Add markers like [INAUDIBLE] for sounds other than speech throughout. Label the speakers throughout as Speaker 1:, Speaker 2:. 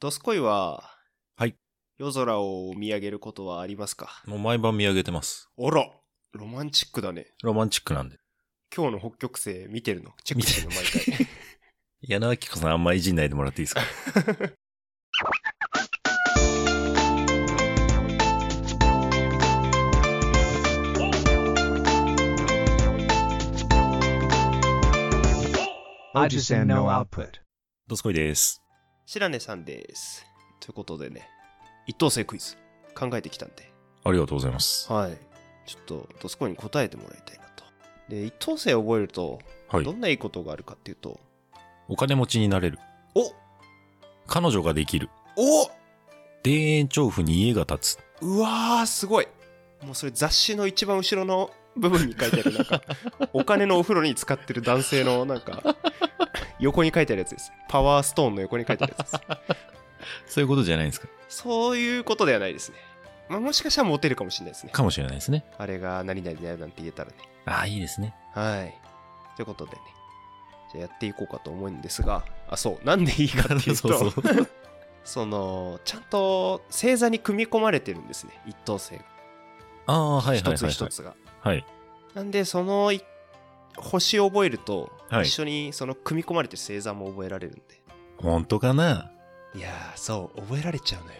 Speaker 1: ドスコイは、
Speaker 2: はい。
Speaker 1: 夜空を見上げることはありますか
Speaker 2: もう毎晩見上げてます。
Speaker 1: あらロマンチックだね。
Speaker 2: ロマンチックなんで。
Speaker 1: 今日の北極星見てるのチェックしてるの毎回。
Speaker 2: 柳明子さんあんまいじんないでもらっていいですか
Speaker 3: Ojusan no output.
Speaker 2: [LAUGHS] どすこいです。
Speaker 1: [LAUGHS] 白根さんです。ということでね、一等星クイズ考えてきたんで、
Speaker 2: ありがとうございます。
Speaker 1: はい。ちょっとドスコイに答えてもらいたいなと。で、一等星を覚えると、
Speaker 2: は
Speaker 1: ど
Speaker 2: い。
Speaker 1: んないいことがあるかっていうと、
Speaker 2: お金持ちになれる。
Speaker 1: お
Speaker 2: 彼女ができる。
Speaker 1: お
Speaker 2: 田園調布に家が建つ。
Speaker 1: うわーすごいもうそれ雑誌の一番後ろの部分に書いてあるなん
Speaker 2: [LAUGHS]
Speaker 1: かお金のお風呂に使ってる男性のなんか横に書いてあるやつですパワーストーンの横に書いてあるやつで
Speaker 2: そういうことじゃないんですか
Speaker 1: すそういうことではないですね、まあ、もしかしたらモテるかもしれないですね
Speaker 2: かもしれないですね。
Speaker 1: あれが何々だよなんて言えたらね
Speaker 2: ああ、いいですね。
Speaker 1: はいということでねじゃあやっていこうかと思うんですがあそうなんでいいかっていうと
Speaker 2: [LAUGHS] [LAUGHS] そうそう
Speaker 1: そのちゃんと星座に組み込まれてるんですね一等星が
Speaker 2: ああ、はいはいはい、はい。
Speaker 1: 一つ一つが
Speaker 2: はい。
Speaker 1: なんでそのい星を覚えると、
Speaker 2: はい
Speaker 1: 一緒にその組み込まれてる星座も覚えられるんで
Speaker 2: 本当かない
Speaker 1: やーそう覚えられちゃうのよ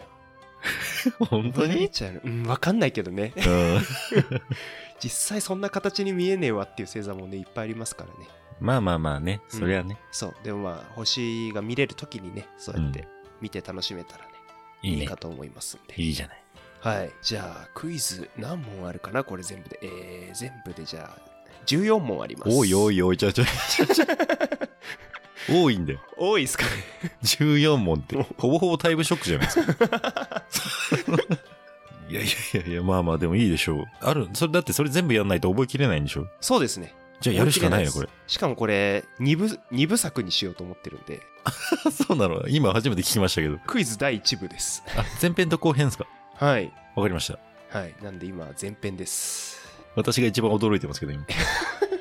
Speaker 2: [LAUGHS] 本
Speaker 1: 覚えられちゃうのうん分かんないけどね [LAUGHS]
Speaker 2: うん。
Speaker 1: 実際そんな形に見えねえわっていう星座もねいっぱいありますからね
Speaker 2: [LAUGHS] まあまあまあね。そりゃね。
Speaker 1: そうでもまあ星が見れる時にねそうやって見て楽しめたらね、
Speaker 2: い
Speaker 1: い
Speaker 2: い
Speaker 1: い
Speaker 2: ね
Speaker 1: か。と思いますんで
Speaker 2: いいじゃない。
Speaker 1: はいじゃあクイズ何問あるかなこれ全部でえー、全部でじゃあ14問あります
Speaker 2: おいおいおい、ちゃちゃ。 [LAUGHS] 多いんだよ。
Speaker 1: 多いっすかね
Speaker 2: 14問って、ほぼほぼタイムショックじゃないですか。 [LAUGHS] いやいやいやいや、まあまあでもいいでしょう。ある、それだってそれ全部やんないと覚えきれないんでしょ
Speaker 1: そうですね
Speaker 2: じゃあやるしかないよ、こ
Speaker 1: 覚えきれ。
Speaker 2: れ
Speaker 1: ですしかもこれ2部二部作にしようと思ってるんで
Speaker 2: そうなの今初めて聞きましたけど。
Speaker 1: クイズ第1部です
Speaker 2: あ、前編と後編ですか
Speaker 1: はい
Speaker 2: わかりました。
Speaker 1: はいなんで今前編です
Speaker 2: 私が一番驚いてますけど、 [LAUGHS] 今。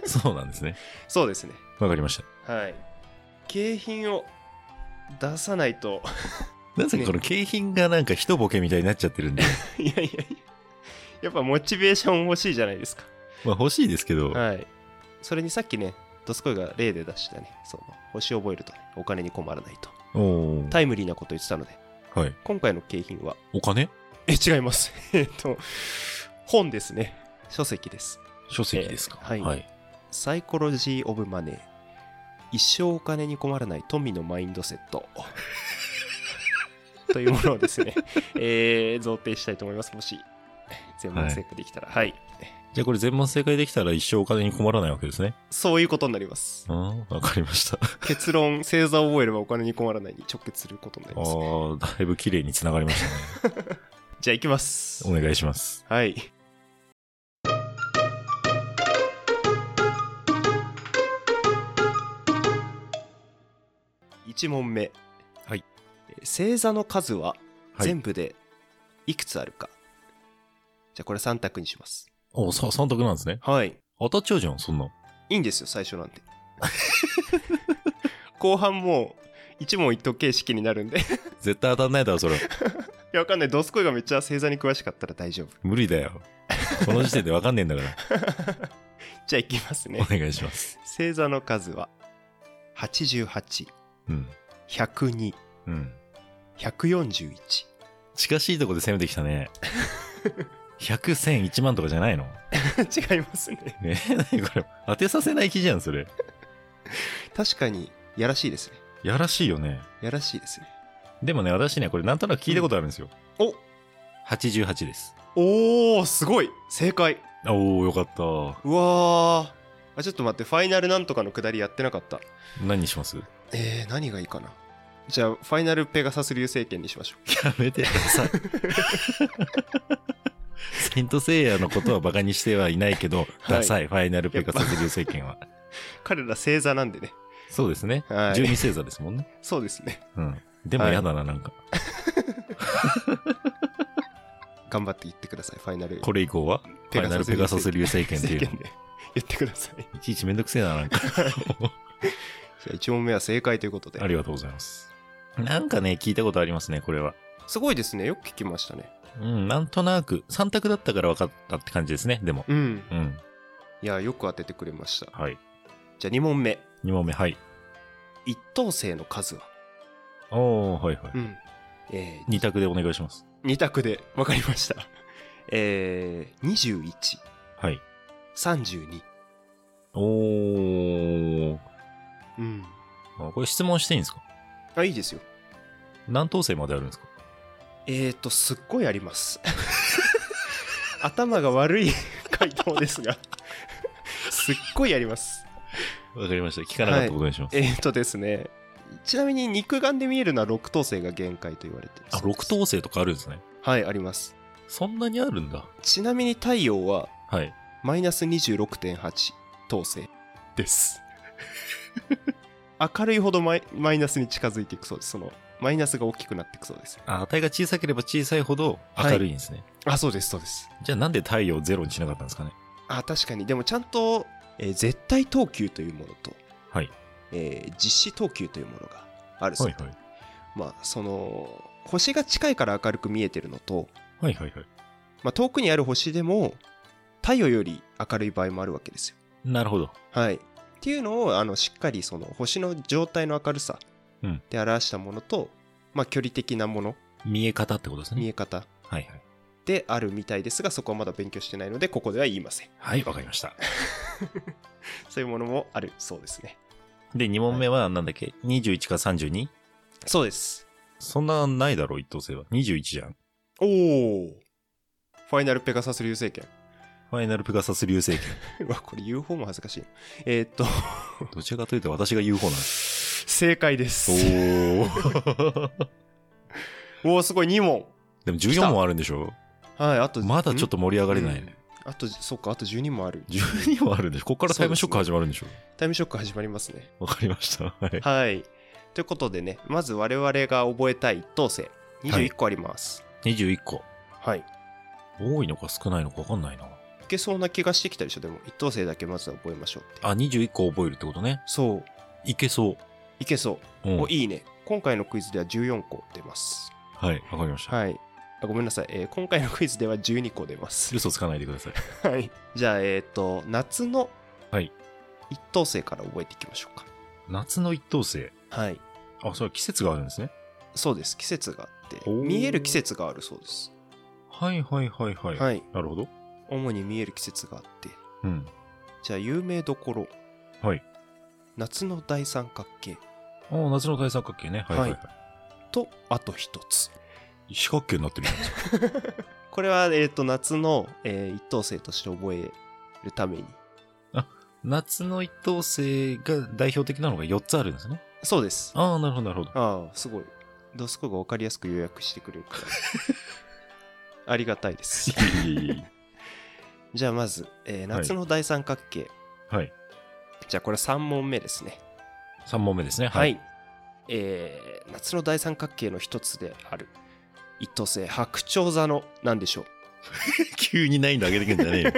Speaker 2: そうなんですね。
Speaker 1: そうですね
Speaker 2: わかりました。
Speaker 1: はい景品を出さないと [LAUGHS]
Speaker 2: なぜかこの景品がなんか一ボケみたいになっちゃってるんで、
Speaker 1: いやいやいややっぱモチベーション欲しいじゃないですか
Speaker 2: まあ欲しいですけど、
Speaker 1: はいそれにさっきねドスコイが例で出したねその星を覚えるとね、お金に困らないと
Speaker 2: おー
Speaker 1: タイムリーなこと言ってたので
Speaker 2: はい。
Speaker 1: 今回の景品は
Speaker 2: お金
Speaker 1: え違います [LAUGHS] えっと本ですね書籍です
Speaker 2: 書籍ですか、
Speaker 1: えーはいサイコロジー・オブ・マネー。一生お金に困らない富のマインドセッ
Speaker 2: [LAUGHS]
Speaker 1: ト。というものをですね、 [LAUGHS] えー、贈呈したいと思います。もし、全問正解できたら、はい。
Speaker 2: じゃあこれ全問正解できたら一生お金に困らないわけですね。
Speaker 1: そういうことになります。
Speaker 2: うん、わかりました。
Speaker 1: 結論、星座を覚えればお金に困らないに直結することになり
Speaker 2: あ
Speaker 1: ます。
Speaker 2: あ、だいぶ綺麗に繋がりましたね。
Speaker 1: じゃあ、行きます
Speaker 2: [LAUGHS] お。願いします。
Speaker 1: はい。1問目。
Speaker 2: はい
Speaker 1: えー。星座の数は
Speaker 2: はい
Speaker 1: 全部でいくつあるか。じゃあこれ3択にします。
Speaker 2: お、さ、三択なんですね。
Speaker 1: はい。
Speaker 2: 当たっちゃうじゃん、そんな。
Speaker 1: いいんですよ、最初
Speaker 2: [LAUGHS]
Speaker 1: なんて。後半もう一問一答形式になるんで。い
Speaker 2: 絶対当たんないだろ、それ。 [LAUGHS]
Speaker 1: や、わかんない。ドスコイがめっちゃ星座に詳しかったら大
Speaker 2: [LAUGHS]
Speaker 1: 丈夫。
Speaker 2: 無理だよ。この時点でわかんねえんだから。
Speaker 1: じゃあ行きます
Speaker 2: [LAUGHS] お
Speaker 1: ね。
Speaker 2: 願いします。
Speaker 1: 星座の数は88。
Speaker 2: うん。
Speaker 1: 102、
Speaker 2: うん。
Speaker 1: 141。
Speaker 2: 近しいとこで攻めてきたね。100、1000、1万とかじゃないの
Speaker 1: [LAUGHS] 違いますね。
Speaker 2: ねえ、何これ。当てさせない気じゃん、それ。
Speaker 1: 確かに、やらしいですね。
Speaker 2: やらしいよね。
Speaker 1: やらしいですね。
Speaker 2: でもね、私ね、これなんとなく聞いたことあるんですよ。
Speaker 1: お
Speaker 2: 88です。
Speaker 1: おー、すごい正解
Speaker 2: おー、よかった。
Speaker 1: うわー。あ、ちょっと待って、ファイナルなんとかのくだりやってなかった。
Speaker 2: 何にします
Speaker 1: えー、何がいいかな。じゃあ、ファイナルペガサス流星拳にしましょう。
Speaker 2: やめてください。セイントセイヤのことはバカにしてはいないけど、
Speaker 1: はい
Speaker 2: ダサい、ファイナルペガサス流星拳は。
Speaker 1: [LAUGHS] 彼ら星座なんでね。
Speaker 2: そうですね。
Speaker 1: はい
Speaker 2: 12星座ですもんね。
Speaker 1: そうですね。
Speaker 2: うん。でも嫌だな、なんか。
Speaker 1: 頑張って言ってください、ファイナル。
Speaker 2: これ以降は、フ
Speaker 1: ペ
Speaker 2: ァ
Speaker 1: ガ
Speaker 2: イナ
Speaker 1: サ
Speaker 2: ル
Speaker 1: ス
Speaker 2: ペガサス流星拳って
Speaker 1: 流
Speaker 2: いう
Speaker 1: 星
Speaker 2: の
Speaker 1: 拳。で [LAUGHS] 言ってください。
Speaker 2: いちいちめんどくせえな、なんか。
Speaker 1: じゃあ、1問目は正解ということで
Speaker 2: あ。りがとうございます。なんかね、聞いたことありますね、これは。
Speaker 1: すごいですね。よく聞きましたね。
Speaker 2: うん、なんとなく、3択だったから分かったって感じですね、でも。
Speaker 1: うん。
Speaker 2: うん。
Speaker 1: いや、よく当ててくれました。
Speaker 2: はい。
Speaker 1: じゃあ2問目。
Speaker 2: 2問目、はい。
Speaker 1: 一等星の数は
Speaker 2: おー、はいはい。
Speaker 1: うん。え
Speaker 2: 2択でお願いします。
Speaker 1: 2択で分かりました。 [LAUGHS] えー、21、
Speaker 2: はい。
Speaker 1: 32。
Speaker 2: おー。
Speaker 1: うん。
Speaker 2: あこれ質問していいんですか
Speaker 1: あ、いいですよ。
Speaker 2: 何等星まであるんですか
Speaker 1: えーと、すっごいあります。 [LAUGHS] 頭が悪い [LAUGHS] 回答ですが、 [LAUGHS] すっごいあります。
Speaker 2: わかりました。聞かなかったことにします。
Speaker 1: えーとですね、ちなみに肉眼で見えるのは6等星が限界と言われてるそ
Speaker 2: あ、
Speaker 1: うで
Speaker 2: 6
Speaker 1: す
Speaker 2: 等星とかあるんですね。
Speaker 1: はい、あります。
Speaker 2: そんなにあるんだ。
Speaker 1: ちなみに太陽は
Speaker 2: はい。
Speaker 1: マイナス26.8等星です。明るいほどマイマイナスに近づいていくそうです。そのマイナスが大きくなっていくそうです。
Speaker 2: あ、値が小さければ小さいほど明るいんですね。
Speaker 1: あ、そうです、そうです。
Speaker 2: じゃあなんで太陽ゼロにしなかったんですかね
Speaker 1: あ、確かに。でもちゃんと、えー絶対等級というものと、
Speaker 2: はい。
Speaker 1: えー実施等級というものがあるそう
Speaker 2: はい
Speaker 1: で、
Speaker 2: はい。
Speaker 1: まあ、その、星が近いから明るく見えてるのと、
Speaker 2: はいはいはい。
Speaker 1: まあ、遠くにある星でも太陽より明るい場合もあるわけですよ。
Speaker 2: なるほど。
Speaker 1: はい。っていうのをあのしっかりその星の状態の明るさ
Speaker 2: うん
Speaker 1: で表したものと、まあ距離的なもの、
Speaker 2: 見え方ってことですね。
Speaker 1: 見え方
Speaker 2: はいはい。
Speaker 1: であるみたいですが、そこはまだ勉強してないので、ここでは言いません。
Speaker 2: はい、わかりました。
Speaker 1: そういうものもあるそうですね。
Speaker 2: [LAUGHS] で、2問目はなんだっけ、?21 か 32?
Speaker 1: そうです。
Speaker 2: そんなないだろう、一等星は。21じゃん。
Speaker 1: おーファイナルペガサス流星拳。
Speaker 2: ファイナルペガサス流星拳。
Speaker 1: [LAUGHS] うわ、これ UFO も恥ずかしい。えーっと、
Speaker 2: [LAUGHS] どちらかというと私が UFO なんです。
Speaker 1: [LAUGHS] 正解です。
Speaker 2: お [LAUGHS]
Speaker 1: おおすごい、2問。
Speaker 2: でも14問あるんでしょ
Speaker 1: はい、あと、
Speaker 2: まだちょっ
Speaker 1: と
Speaker 2: と盛り上がれないね。
Speaker 1: あと、そっか、あと12問ある。
Speaker 2: 12問あるんでしょここからタイムショック始まるんでしょ
Speaker 1: タイムショック始まりますね。
Speaker 2: わかりました。 [LAUGHS] はい。
Speaker 1: はい。ということでね、まず我々が覚えたい一等星、
Speaker 2: はい
Speaker 1: 21個あります。
Speaker 2: 21個。
Speaker 1: はい。い
Speaker 2: 多いのか少ないのかわかんないな。
Speaker 1: けそうな気がしてきたでしょ、でも、一等星だけまずは覚えましょうって。
Speaker 2: あ、21個覚えるってことね。
Speaker 1: そう、
Speaker 2: いけそ。
Speaker 1: いけそう
Speaker 2: う
Speaker 1: う。
Speaker 2: ん
Speaker 1: お、いいね。今回のクイズでは14個出ます。
Speaker 2: はい、わかりました。
Speaker 1: はい。あごめんなさい、えー今回のクイズでは12個出ます。
Speaker 2: 嘘つかないでくださ
Speaker 1: [LAUGHS]
Speaker 2: い。
Speaker 1: はい。じゃあ、えっ、と、夏の
Speaker 2: はい
Speaker 1: 一等星から覚えていきましょうか。
Speaker 2: 夏の一等星。
Speaker 1: はい。
Speaker 2: あ、それは季節があるんですね。
Speaker 1: そうです。季節があって、
Speaker 2: おー
Speaker 1: 見える季節があるそうです。
Speaker 2: はいはいはいはい。
Speaker 1: はい。
Speaker 2: なるほど。
Speaker 1: 主に見える季節があって、
Speaker 2: うん。
Speaker 1: じゃあ、有名どころ。
Speaker 2: はい。
Speaker 1: 夏の大三角形
Speaker 2: ああ、夏の大三角形ね。はいはい、はい
Speaker 1: とあと一つ
Speaker 2: 四角形になってるじゃないですか。
Speaker 1: これは、えー、と夏の、えー一等星として覚えるために
Speaker 2: 夏の一等星が代表的なのが4つあるんですね。
Speaker 1: そうですあ
Speaker 2: ああ、なるほどな [LAUGHS] るほど。
Speaker 1: あすごいドスコが分かりやすく予約してくれるから [LAUGHS] ありがたいです
Speaker 2: [LAUGHS]
Speaker 1: じゃあまず、えー
Speaker 2: はい
Speaker 1: 夏の大三角形、
Speaker 2: はい。
Speaker 1: じゃあこれ3問目ですね
Speaker 2: 3問目ですね。
Speaker 1: はい、。えー夏の大三角形の一つである一等星白鳥座の何でしょう
Speaker 2: [LAUGHS] 急にないんであげてくんじゃねえよ。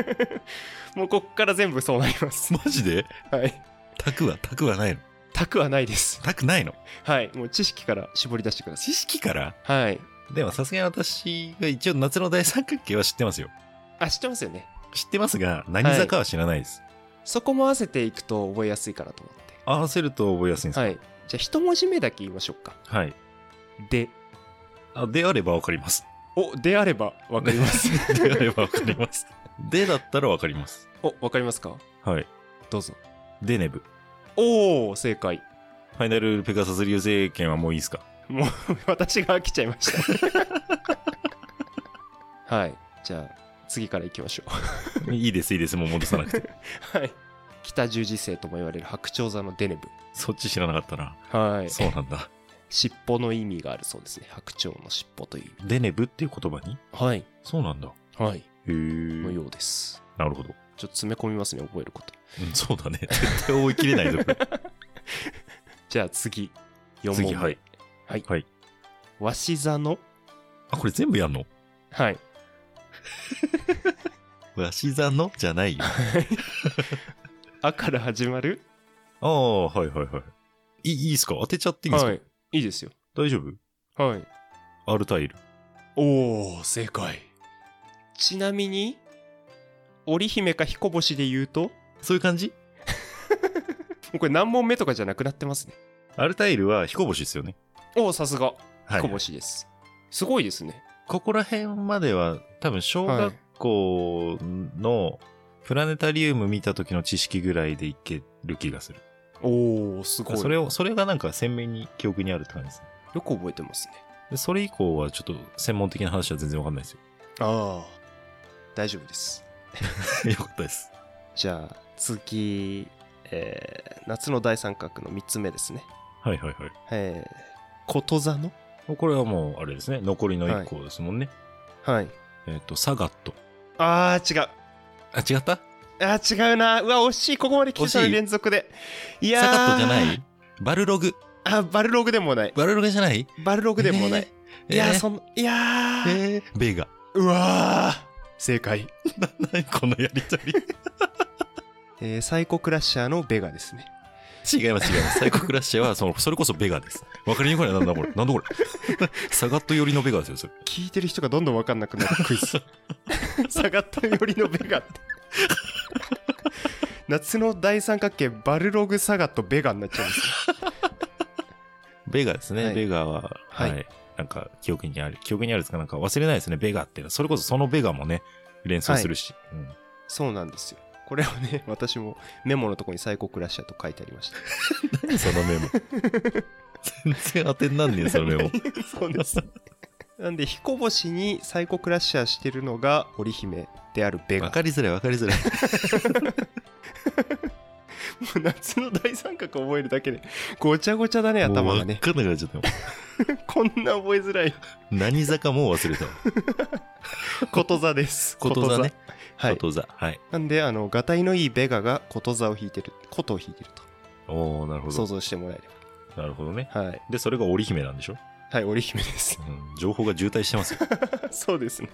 Speaker 1: もうこ [LAUGHS] っから全部そうなります
Speaker 2: [LAUGHS] マジで
Speaker 1: はい
Speaker 2: タクは、タクはないの。
Speaker 1: たくはないです
Speaker 2: タクないの。
Speaker 1: はい、もう知識から絞り出してください。
Speaker 2: 知識から
Speaker 1: はい。
Speaker 2: でもさすがに私が一応夏の大三角形は知ってますよ。
Speaker 1: あ、知ってますよね。
Speaker 2: 知ってますが、何座かは知らないです。
Speaker 1: そこも合わせていくと覚えやすいかなと思っ
Speaker 2: 合わせると覚えやすいんで
Speaker 1: て。
Speaker 2: すか
Speaker 1: はい。じゃあ、一文字目だけ言いましょうか。
Speaker 2: はい。
Speaker 1: で。
Speaker 2: あであればわかります。
Speaker 1: お、であればわかります。
Speaker 2: [LAUGHS] であればわかります。でだったらわかります。
Speaker 1: お、わかりますか
Speaker 2: はい。
Speaker 1: どうぞ。
Speaker 2: でネブ。
Speaker 1: おー、正解。
Speaker 2: ファイナルペガサス流星拳はもういいですか
Speaker 1: もう、 [LAUGHS] 私が飽きちゃいました。 [LAUGHS] はい。じゃあ、次から行きましょ
Speaker 2: いいです、いいです。もう戻さなく
Speaker 1: [LAUGHS]
Speaker 2: て。
Speaker 1: う。はい。北十字星とも言われる白鳥座のデネブ。
Speaker 2: そっち知らなかったな。
Speaker 1: はい。
Speaker 2: そうなんだ。
Speaker 1: 尻尾の意味があるそうですね。白鳥の尻尾という意味。
Speaker 2: でネブっていう言葉に
Speaker 1: はい。
Speaker 2: そうなんだ。
Speaker 1: はい。
Speaker 2: へえ。
Speaker 1: のようです。
Speaker 2: なるほ
Speaker 1: ち
Speaker 2: ど。
Speaker 1: ょっと詰め込みますね、覚えること。 [LAUGHS]
Speaker 2: うん、そうだね。絶対追い切れないぞ、これ。
Speaker 1: じゃあ次、4問目。
Speaker 2: 次、はい。
Speaker 1: はい。
Speaker 2: はい
Speaker 1: わし座の、
Speaker 2: あ、これ全部やんの
Speaker 1: はい。
Speaker 2: わし座のじゃないよ。 [LAUGHS]
Speaker 1: あから始まる
Speaker 2: ああ、はいはいはい。いいいっすか当てちゃっていいんですか、
Speaker 1: はい。いいですよ。
Speaker 2: 大丈夫
Speaker 1: はい。
Speaker 2: アルタイル。
Speaker 1: おお、正解。ちなみに、織姫か彦星で言うと、も
Speaker 2: そういう感じ
Speaker 1: うこれ何問目とかじゃなくなってますね。
Speaker 2: アルタイルは彦星ですよね。
Speaker 1: おお、さすが。
Speaker 2: はい
Speaker 1: 彦。星です。すごいですね。
Speaker 2: ここら辺までは多分小学校のプラネタリウム見た時の知識ぐらいでいける気がする。
Speaker 1: おお、すごい。
Speaker 2: それを、それがなんか鮮明に記憶にあるって感じですね。
Speaker 1: よく覚えてますね。
Speaker 2: で、それ以降はちょっと専門的な話は全然わかんないですよ。
Speaker 1: ああ、大丈夫です。
Speaker 2: [LAUGHS] よかったです。
Speaker 1: じゃあ、次、えー夏の大三角の3つ目ですね。
Speaker 2: はいはいはい。
Speaker 1: えー、ことざの
Speaker 2: もうこれはもう、あれですね。残りの1個ですもんね。
Speaker 1: はい。
Speaker 2: えっ、と、サガット。
Speaker 1: あー、違う。
Speaker 2: あ、違った
Speaker 1: あー、違うな。うわ、惜しい。ここまで来てたの
Speaker 2: 惜し
Speaker 1: に
Speaker 2: い
Speaker 1: 連続で。いやー
Speaker 2: サガットじゃないバルログ。
Speaker 1: あ、バルログでもない。
Speaker 2: バルログじゃない
Speaker 1: バルログでもない。
Speaker 2: えー
Speaker 1: いやー、
Speaker 2: えー
Speaker 1: そんな、いやー、
Speaker 2: えーベガ。
Speaker 1: うわー。正解。
Speaker 2: 何このやりとり。
Speaker 1: えーサイコクラッシャーのベガですね。
Speaker 2: 違います違います。サイコクラッシャーはその、それこそベガです。わかりにくいな、なんだこれ。なんだこれ。サガット寄りのベガですよ、それ。
Speaker 1: 聞いてる人がどんどん分かんなくなるクイ
Speaker 2: [LAUGHS]
Speaker 1: ズ。下がったよりのベガって。夏の大三角形バルログサガとベガになっちゃうんですよ
Speaker 2: ベガですね。
Speaker 1: はい
Speaker 2: ベガは、
Speaker 1: は
Speaker 2: はいい、なんか、記憶にある。記憶にあるですかなんか忘れないですね。ベガっていうのは。それこそそのベガもね、連想するし。うん
Speaker 1: そうなんですよこれをね私もメモのとこにサイコクラッシャーと書いてありました
Speaker 2: 何その
Speaker 1: [LAUGHS]
Speaker 2: メモ。全然当てになんねえ、そのメモ。
Speaker 1: そうですなんで彦星にサイコクラッシャーしてるのが織姫であるベガ
Speaker 2: わかりづらい、わかりづらい。
Speaker 1: もう [LAUGHS] 夏の大三角覚えるだけでごちゃごちゃだね頭がね [LAUGHS]
Speaker 2: もうわかんなくなっちゃったよ。
Speaker 1: こんな覚えづらい
Speaker 2: 何座かもう忘れたわ。
Speaker 1: ことざです
Speaker 2: [LAUGHS] こと座ね。
Speaker 1: は
Speaker 2: [LAUGHS] はい。
Speaker 1: い
Speaker 2: こと座。はい。
Speaker 1: なんであのがたいのいいベガがことざを引いてることを引いてる
Speaker 2: おー、なるほ
Speaker 1: と想
Speaker 2: ど。
Speaker 1: 像してもらえれ
Speaker 2: なるほどね。
Speaker 1: ばはい
Speaker 2: で、それが織姫なんでしょ
Speaker 1: はい、織姫です。 [LAUGHS]
Speaker 2: うん情報が渋滞してますよ。
Speaker 1: そうですね。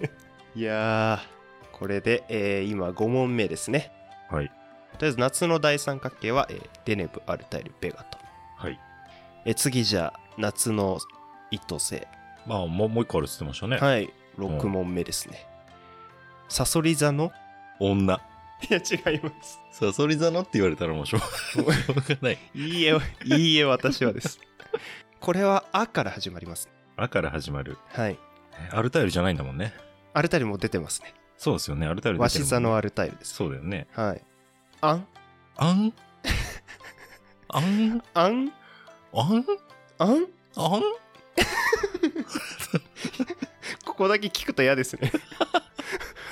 Speaker 1: いやー、これで、えー今5問目ですね。
Speaker 2: はい。
Speaker 1: とりあえず夏の大三角形は、えーデネブ、アルタイル、ベガと。
Speaker 2: [LAUGHS] はい。
Speaker 1: えー次じゃあ、夏の一等星。
Speaker 2: まあ、もうもう一個あるって言ってましたね。
Speaker 1: はい、6問目ですね。サソリ座の
Speaker 2: 女。
Speaker 1: [LAUGHS] いや、違います。
Speaker 2: サソリ座のって言われたらもうしょうしょうがない。
Speaker 1: いいえ、いいえ、私は [LAUGHS] です。これは、あから始まります。
Speaker 2: あから始まる。
Speaker 1: はい。
Speaker 2: アルタイルじゃないんだもんね。
Speaker 1: アルタイルも出てますね。
Speaker 2: そうですよね。アルタイル
Speaker 1: わし座のア
Speaker 2: あ
Speaker 1: ルタイルです。
Speaker 2: そうだよね。
Speaker 1: はい。あん
Speaker 2: あ [LAUGHS] んあ
Speaker 1: あ
Speaker 2: ん
Speaker 1: ん
Speaker 2: あん
Speaker 1: あん
Speaker 2: あん
Speaker 1: ここだけ聞くと嫌です [LAUGHS] ね。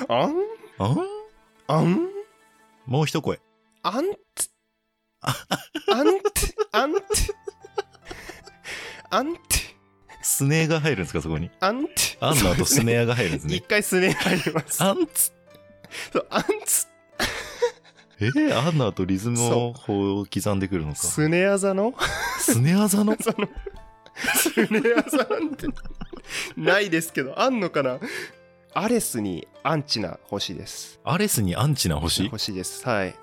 Speaker 1: あん
Speaker 2: あん
Speaker 1: あん
Speaker 2: もう一声。
Speaker 1: あん [LAUGHS] つあんつあんつあんつ
Speaker 2: スネアが入るんですか、そこに。
Speaker 1: あんつ
Speaker 2: あんの後スネアが入るん [LAUGHS] です
Speaker 1: 一
Speaker 2: ね。
Speaker 1: 回すね入ります。
Speaker 2: あんつ。
Speaker 1: そうあんつ
Speaker 2: えー、あんの後リズム
Speaker 1: そ
Speaker 2: をこう刻んでくるのか。
Speaker 1: すねあざ [LAUGHS] の
Speaker 2: スネア座の
Speaker 1: そのすねあざなんてないですけどあんのかなアレスにアンチな星です。
Speaker 2: アレスにアンチな星
Speaker 1: 星です。はい。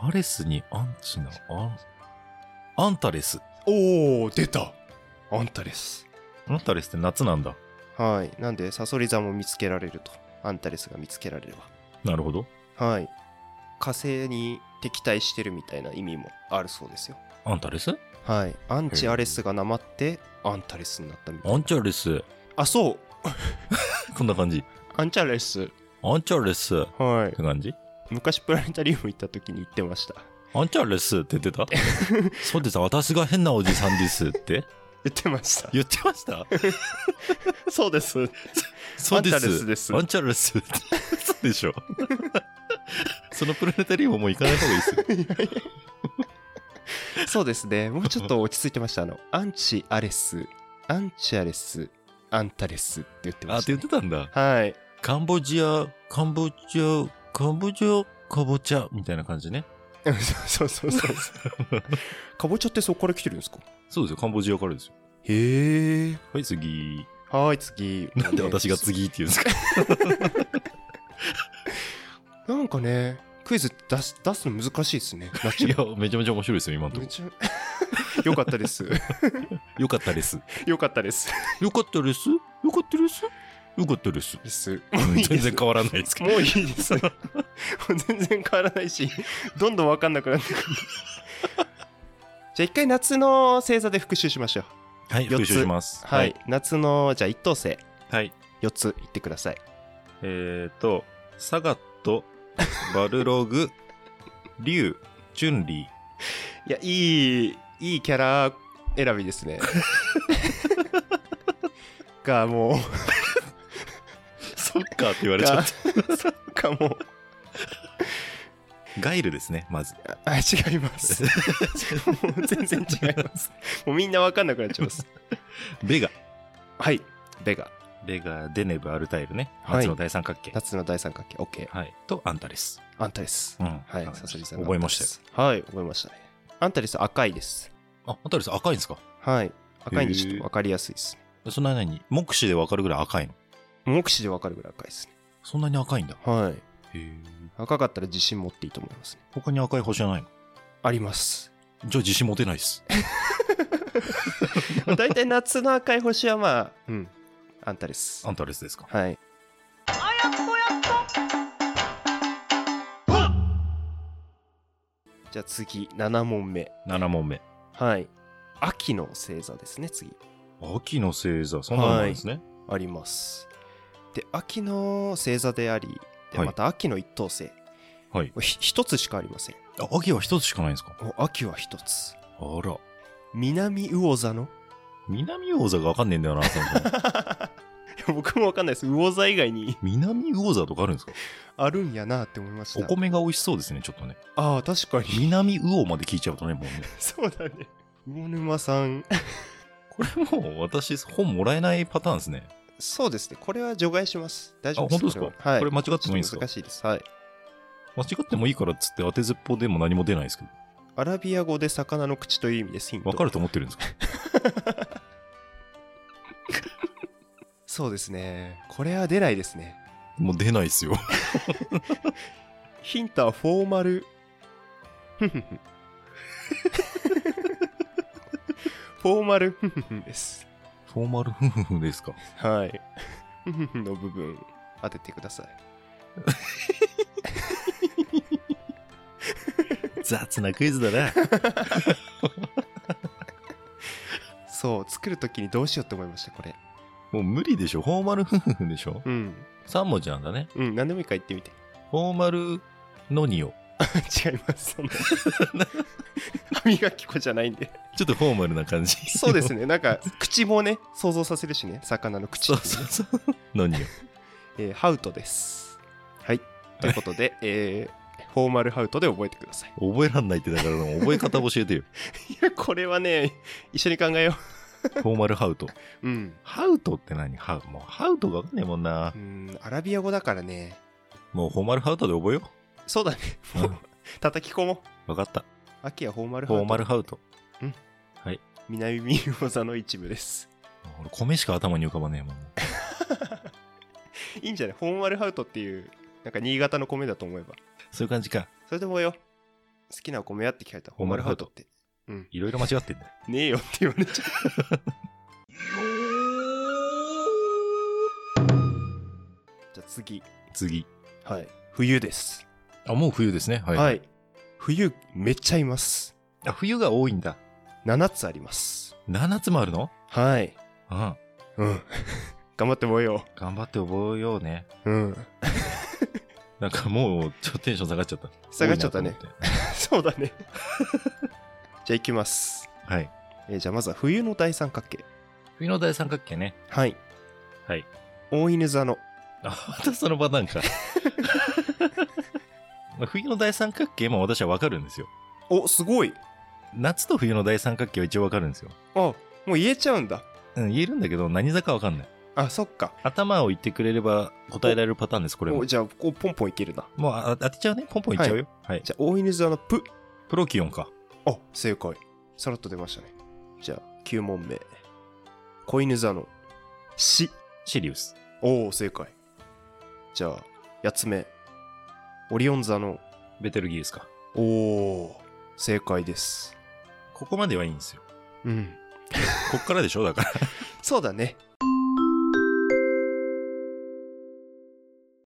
Speaker 2: アレスにアンチな、アン、アンタレス。
Speaker 1: おー、出たあんたです。
Speaker 2: アンタレスって夏なんだ。
Speaker 1: はい。なんで、サソリ座も見つけられると。アンタレスが見つけられれ
Speaker 2: なるほど。
Speaker 1: ば。はい。火星に敵対してるみたいな意味もあるそうですよ。
Speaker 2: アンタレス
Speaker 1: はい。アンチアレスがなまって、アンタレスになったみたい
Speaker 2: アンチャレス。
Speaker 1: あ、そう
Speaker 2: こんな感じ。
Speaker 1: アンチャレス。
Speaker 2: アンチャレス。っ
Speaker 1: は
Speaker 2: て感じ
Speaker 1: い。昔プラネタリウム行った時に言ってました。
Speaker 2: アンチャレスって言っ
Speaker 1: [LAUGHS]
Speaker 2: てたそうです。私が変なおじさんですって
Speaker 1: 言ってました。
Speaker 2: 言ってました
Speaker 1: [LAUGHS] そうです。
Speaker 2: そうです。
Speaker 1: アンチャレスです
Speaker 2: アンチャレスって。そう
Speaker 1: [LAUGHS]
Speaker 2: でしょ。そのプラネタリウムもう行かない方がいい
Speaker 1: [LAUGHS]
Speaker 2: ですよ。
Speaker 1: そうですね。もうちょっと落ち着いてました。あの、アンチアレス、アンチアレス、アンタレスって言って
Speaker 2: あ、
Speaker 1: ま
Speaker 2: っ
Speaker 1: した
Speaker 2: て
Speaker 1: ね、
Speaker 2: 言ってたんだ。
Speaker 1: はい。 [LAUGHS]
Speaker 2: カンボジア、カンボジア、カンボジア、カボチャみたいな感じね。
Speaker 1: うんそうそうそうそう。 [LAUGHS] かぼちゃってそこから来てるんですか
Speaker 2: そうですよ。カンボジアからですよ。
Speaker 1: へえ。
Speaker 2: はい、次。
Speaker 1: はーい、次。
Speaker 2: なんで私が次って言うんですか
Speaker 1: なんかね、クイズ出す出すの難しいですね。ナチ
Speaker 2: [LAUGHS] い
Speaker 1: ュ
Speaker 2: や
Speaker 1: ラ、
Speaker 2: めちゃめちゃ面白いですよ、今のと
Speaker 1: ルめ
Speaker 2: こ
Speaker 1: ちゃ [LAUGHS] よかったです。
Speaker 2: よかったです。
Speaker 1: よかったです。
Speaker 2: [LAUGHS] よかったです。よかったです。よかったです。
Speaker 1: です
Speaker 2: 全然変わらないですけ [LAUGHS] ど。
Speaker 1: もういいです。もう全然変わらないし、どんどん分かんなくなってくる。じゃあ一回夏の星座で復習しましょう。
Speaker 2: はい、
Speaker 1: 四つ
Speaker 2: 復習します。
Speaker 1: はい。。夏の、じゃあ一等星、
Speaker 2: はい。
Speaker 1: 4つ言ってください。
Speaker 2: えっ、ー、と、サガット、バルロ [LAUGHS] グ、リュウ、ジュンリー。
Speaker 1: いや、いい、いいキャラ選びです
Speaker 2: [LAUGHS]
Speaker 1: ね。が、もう、
Speaker 2: そっかって言われちゃっ
Speaker 1: がそっか、もう、
Speaker 2: た。ガイルですね、まず。
Speaker 1: あ、違います。もう全然違います。もうみんな分かんなくなっちゃいます。
Speaker 2: [LAUGHS] ベガ。
Speaker 1: はい、ベガ、
Speaker 2: ベガ、デネブ、アルタイルね。
Speaker 1: はい
Speaker 2: 夏の大三角形。はい。
Speaker 1: 夏の大三角形、OK、
Speaker 2: と、アンタレス。
Speaker 1: アンタです。
Speaker 2: うん。
Speaker 1: はい、
Speaker 2: わかり
Speaker 1: サ
Speaker 2: ま
Speaker 1: ソリ
Speaker 2: し
Speaker 1: さ
Speaker 2: た
Speaker 1: んの
Speaker 2: 覚えました
Speaker 1: よ。
Speaker 2: よ。
Speaker 1: はい、覚えましたね。アンタレス赤いです。
Speaker 2: あ、アンタレス赤いんですか
Speaker 1: はい。赤いんでちょっと分かりやすいですね。
Speaker 2: そんなに目視でわかるぐらい赤いの
Speaker 1: 目視で分かるぐらい赤いですね。
Speaker 2: そんなに赤いんだ。
Speaker 1: はい。
Speaker 2: へえ。
Speaker 1: 赤かったら自信持っていいと思いますね。
Speaker 2: 他に赤い星はないの
Speaker 1: あり
Speaker 2: [LAUGHS]
Speaker 1: ます。
Speaker 2: じゃあ自信持てないです。
Speaker 1: まあ大体夏の赤い星はまあ、うん、アンタレス
Speaker 2: ア。ンタレスですか。
Speaker 1: はい。じゃあ次、7問目。
Speaker 2: 7問目。
Speaker 1: はい。秋の星座ですね、次。
Speaker 2: 秋の星座、そんなのなんですね。
Speaker 1: あります。で、秋の星座であり、で
Speaker 2: はい
Speaker 1: また秋の一等星。
Speaker 2: はい。
Speaker 1: ひ一つしかありません。
Speaker 2: あ秋は一つしかないんですか
Speaker 1: お秋は一つ。
Speaker 2: あら。
Speaker 1: 南魚座
Speaker 2: [LAUGHS]
Speaker 1: の
Speaker 2: 南魚座がわかんねえんだよな、そもそも
Speaker 1: い
Speaker 2: [LAUGHS]
Speaker 1: や僕もわかんないです。魚座以外に
Speaker 2: 南魚座とかあるんですか
Speaker 1: あるんやなって思いまし
Speaker 2: お
Speaker 1: た。
Speaker 2: 米が美味しそうですね、ちょっとね。
Speaker 1: ああ、確かに。
Speaker 2: 南魚まで聞いちゃうとね、もうね。
Speaker 1: [LAUGHS] そうだね。魚沼さん。
Speaker 2: これもう私、本もらえないパターンですね。
Speaker 1: そうですね。これは除外します。大丈夫です。
Speaker 2: あ本当ですか
Speaker 1: これははい。
Speaker 2: これ間違ってもいいんで
Speaker 1: ち
Speaker 2: すか
Speaker 1: ょと難しいです。はい。
Speaker 2: 間違ってもいいからっつって当てずっぽうでも何も出ないですけど。
Speaker 1: アラビア語で魚の口という意味です。ヒント
Speaker 2: わかると思ってるんですか
Speaker 1: そうですね。これは出ないですね。
Speaker 2: もう出ないですよ。
Speaker 1: ヒントはフォーマ
Speaker 2: [LAUGHS]
Speaker 1: ル。ふふふフォーマルふふふです。
Speaker 2: フォーマル夫婦ですか。
Speaker 1: はい。ふふふの部分当ててください。
Speaker 2: 雑なクイズだな。
Speaker 1: そう、作るときにどうしようって思いました、これ。
Speaker 2: もう無理でしょ。フォーマル夫婦でしょ。
Speaker 1: うん。
Speaker 2: 3文字なんだね。
Speaker 1: うん、何でもいいから言ってみ [LAUGHS] て。
Speaker 2: フォーマルのにを。
Speaker 1: 違います、そんな。歯磨き粉じゃないんで。
Speaker 2: ちょっとフォーマルな感じ。
Speaker 1: そうですね、なんか、口もね、想像させるしね、魚の口
Speaker 2: [LAUGHS] そう。そうそう。のにを。
Speaker 1: えーハウトです。はい。ということで、えーフォーマルハウトで覚えてください。
Speaker 2: 覚えらんないってだから覚え方教えてよ。
Speaker 1: いや、 [LAUGHS] これはね、一緒に考えよ
Speaker 2: フォーマルハウト。
Speaker 1: う。うん。
Speaker 2: ハウトって何ハウ。もうハウトがわかんねえもんな
Speaker 1: う。ん、アラビア語だからね。
Speaker 2: もうフォーマルハウトで覚えよ
Speaker 1: そうだね。
Speaker 2: う。うん。
Speaker 1: 叩き込もう。
Speaker 2: わかった。
Speaker 1: 秋はフォーマルハ
Speaker 2: フ
Speaker 1: ウト。
Speaker 2: ォーマルハウト。
Speaker 1: 南ミル座の一部です。
Speaker 2: 俺米しか頭に浮かばねえもん。
Speaker 1: いいんじゃないフォーマルハウトっていう、なんか新潟の米だと思えば。
Speaker 2: そういう感じか。
Speaker 1: それでもよ。好きなお米やって聞かれたらフ
Speaker 2: フ
Speaker 1: ォー
Speaker 2: ォ
Speaker 1: マ
Speaker 2: ー
Speaker 1: ル
Speaker 2: マル
Speaker 1: ハ
Speaker 2: ハ
Speaker 1: ウ
Speaker 2: ウ
Speaker 1: ト
Speaker 2: ト
Speaker 1: って。
Speaker 2: いろいろ間違ってんだよ。
Speaker 1: ねえよって言われちゃ [LAUGHS] う。じゃあ次。
Speaker 2: 次。
Speaker 1: はい。冬です。
Speaker 2: あ、もう冬ですね。は。
Speaker 1: はいい。冬、めっちゃいます。
Speaker 2: あ冬が多いんだ。
Speaker 1: 7つあります。
Speaker 2: 7つもあるの
Speaker 1: はい。
Speaker 2: うん。
Speaker 1: うん。 [LAUGHS] 頑張って覚えよ
Speaker 2: 頑張って覚えようね。
Speaker 1: う。うん。
Speaker 2: なんかもう、ちょっとテンション下がっちゃった。
Speaker 1: 下がっちゃったね
Speaker 2: 多いな。と思
Speaker 1: [LAUGHS] そ
Speaker 2: っ
Speaker 1: うだね。じゃあ行きます。
Speaker 2: て。はい。
Speaker 1: えーじゃあまずは冬の大三角形。
Speaker 2: 冬の大三角形ね。
Speaker 1: はい。
Speaker 2: はい。
Speaker 1: 大犬座の。
Speaker 2: あ、またそのパターンか。 [LAUGHS] 冬の大三角形も私はわかるんですよ。
Speaker 1: お、すごい。
Speaker 2: 夏と冬の大三角形は一応わかるんですよ。
Speaker 1: あ、もう言えちゃうんだ。
Speaker 2: うん、言えるんだけど、何座かわかんない。
Speaker 1: あ、そっか。
Speaker 2: 頭を言ってくれれば答えられるパターンです、これも
Speaker 1: お。じゃあ、こうポンポンいけるな。
Speaker 2: もうあ当てちゃうね。ポンポンいっちゃうよ。はい。
Speaker 1: じゃあ、大犬座のプ。
Speaker 2: プロキオンか。
Speaker 1: あ、正解。さらっと出ましたね。じゃあ、9問目。子犬座のシ。
Speaker 2: シリウス。
Speaker 1: おお、正解。じゃあ、8つ目。オリオン座の
Speaker 2: ベテルギウスか。
Speaker 1: おお、正解です。
Speaker 2: ここまではいいんですよ。
Speaker 1: うん。
Speaker 2: こっからでしょだから。
Speaker 1: そうだね。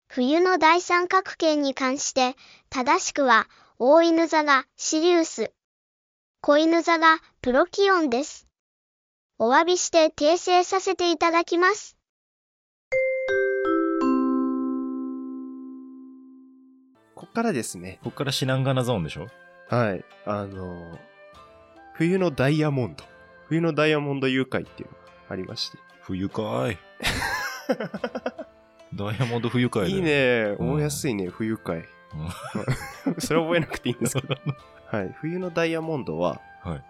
Speaker 4: 冬の大三角形に関して、正しくは、大犬座がシリウス。子犬座がプロキオンです。お詫びして訂正させていただきます。
Speaker 1: こっからですね。
Speaker 2: こっからシナンガナゾーンでしょ
Speaker 1: はい。あのー冬のダイヤモンド。冬のダイヤモンド誘拐っていうのがありまして。
Speaker 2: 冬
Speaker 1: [LAUGHS]
Speaker 2: かい。ダイヤモンド冬かいだよ
Speaker 1: いい。ね。
Speaker 2: うん
Speaker 1: 覚えやすいね。冬会。 [LAUGHS] それは覚えなくていいんですけど。はい。冬のダイヤモンドは、
Speaker 2: はい